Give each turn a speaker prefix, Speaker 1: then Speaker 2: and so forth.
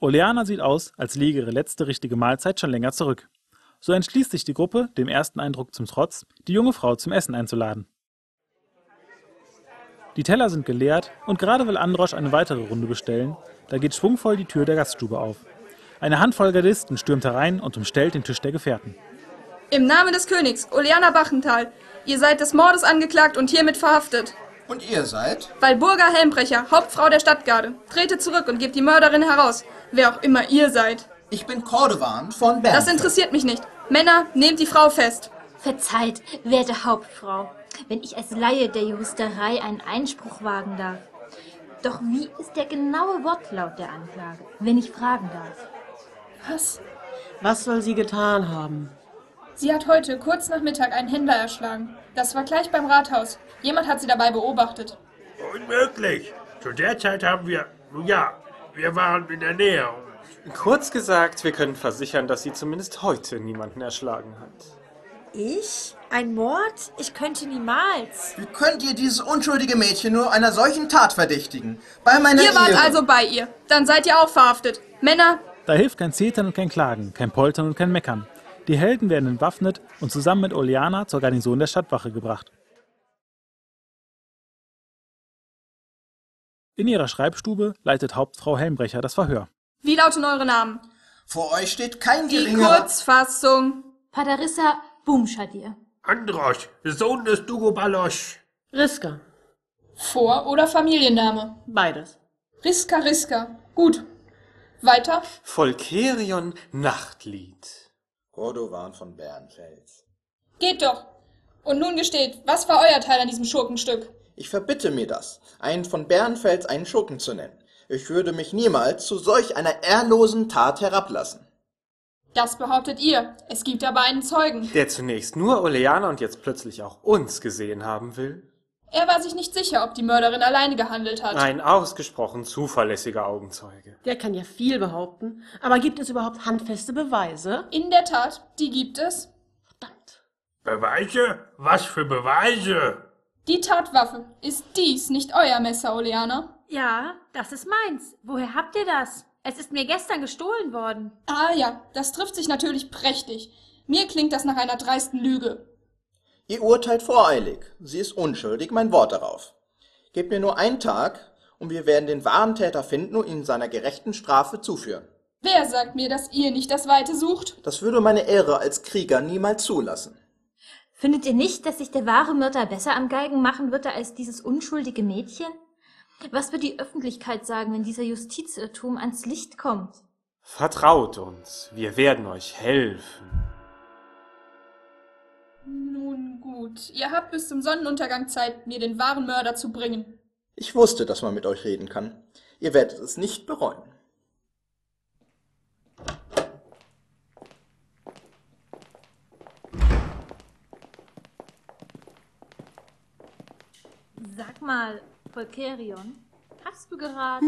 Speaker 1: Oleana sieht aus, als liege ihre letzte richtige Mahlzeit schon länger zurück. So entschließt sich die Gruppe, dem ersten Eindruck zum Trotz, die junge Frau zum Essen einzuladen. Die Teller sind geleert und gerade will Androsch eine weitere Runde bestellen, da geht schwungvoll die Tür der Gaststube auf. Eine Handvoll Gardisten stürmt herein und umstellt den Tisch der Gefährten.
Speaker 2: Im Namen des Königs, Oleana Bachenthal, ihr seid des Mordes angeklagt und hiermit verhaftet.
Speaker 3: Und ihr seid?
Speaker 2: Walburga Helmbrecher, Hauptfrau der Stadtgarde, trete zurück und gebt die Mörderin heraus, wer auch immer ihr seid.
Speaker 3: Ich bin Cordovan von Bern.
Speaker 2: Das interessiert mich nicht. Männer, nehmt die Frau fest.
Speaker 4: Verzeiht, werte Hauptfrau, wenn ich als Laie der Juristerei einen Einspruch wagen darf. Doch wie ist der genaue Wortlaut der Anklage, wenn ich fragen darf?
Speaker 5: Was? Was soll sie getan haben?
Speaker 2: Sie hat heute kurz nach Mittag einen Händler erschlagen. Das war gleich beim Rathaus. Jemand hat sie dabei beobachtet.
Speaker 6: Unmöglich. Zu der Zeit haben wir, nun ja, wir waren in der Nähe.
Speaker 7: Kurz gesagt, wir können versichern, dass sie zumindest heute niemanden erschlagen hat.
Speaker 8: Ich? Ein Mord? Ich könnte niemals.
Speaker 3: Wie könnt ihr dieses unschuldige Mädchen nur einer solchen Tat verdächtigen? Bei meiner
Speaker 2: ihr wart
Speaker 3: Ehre.
Speaker 2: also bei ihr. Dann seid ihr auch verhaftet. Männer,
Speaker 1: Da hilft kein Zetern und kein Klagen, kein Poltern und kein Meckern. Die Helden werden entwaffnet und zusammen mit Oleana zur Garnison der Stadtwache gebracht. In ihrer Schreibstube leitet Hauptfrau Helmbrecher das Verhör.
Speaker 2: wie lauten eure Namen?
Speaker 3: Vor euch steht kein
Speaker 2: Die
Speaker 3: geringerer...
Speaker 2: Kurzfassung.
Speaker 4: Padarissa Bumschadir.
Speaker 6: Androsch, Sohn des Dugo Balosch.
Speaker 5: Riska.
Speaker 2: Vor- oder Familienname?
Speaker 5: Beides.
Speaker 2: Riska Riska. Gut. Weiter.
Speaker 7: Volkerion Nachtlied.
Speaker 3: Cordovan von Bernfels.
Speaker 2: Geht doch. Und nun gesteht, was war euer Teil an diesem Schurkenstück?
Speaker 3: Ich verbitte mir das, einen von Bernfels einen Schurken zu nennen. Ich würde mich niemals zu solch einer ehrlosen Tat herablassen.
Speaker 2: Das behauptet ihr. Es gibt aber einen Zeugen.
Speaker 7: Der zunächst nur Oleana und jetzt plötzlich auch uns gesehen haben will.
Speaker 2: Er war sich nicht sicher, ob die Mörderin alleine gehandelt hat.
Speaker 7: Ein ausgesprochen zuverlässiger Augenzeuge.
Speaker 5: Der kann ja viel behaupten, aber gibt es überhaupt handfeste Beweise?
Speaker 2: In der Tat, die gibt es.
Speaker 5: Verdammt.
Speaker 6: Beweise? Was für Beweise?
Speaker 2: Die Tatwaffe. Ist dies nicht euer Messer, Oleana?
Speaker 8: Ja, das ist meins. Woher habt ihr das? Es ist mir gestern gestohlen worden.
Speaker 2: Ah ja, das trifft sich natürlich prächtig. Mir klingt das nach einer dreisten Lüge.
Speaker 3: Ihr urteilt voreilig. Sie ist unschuldig, mein Wort darauf. Gebt mir nur einen Tag, und wir werden den wahren Täter finden und ihn seiner gerechten Strafe zuführen.
Speaker 2: Wer sagt mir, dass ihr nicht das Weite sucht?
Speaker 3: Das würde meine Ehre als Krieger niemals zulassen.
Speaker 4: Findet ihr nicht, dass sich der wahre Mörder besser am Geigen machen würde als dieses unschuldige Mädchen? Was wird die Öffentlichkeit sagen, wenn dieser Justizirrtum ans Licht kommt?
Speaker 7: Vertraut uns, wir werden euch helfen.
Speaker 2: Nun gut, ihr habt bis zum Sonnenuntergang Zeit, mir den wahren Mörder zu bringen.
Speaker 3: Ich wusste, dass man mit euch reden kann. Ihr werdet es nicht bereuen.
Speaker 4: Sag mal, Volkerion, hast du gerade.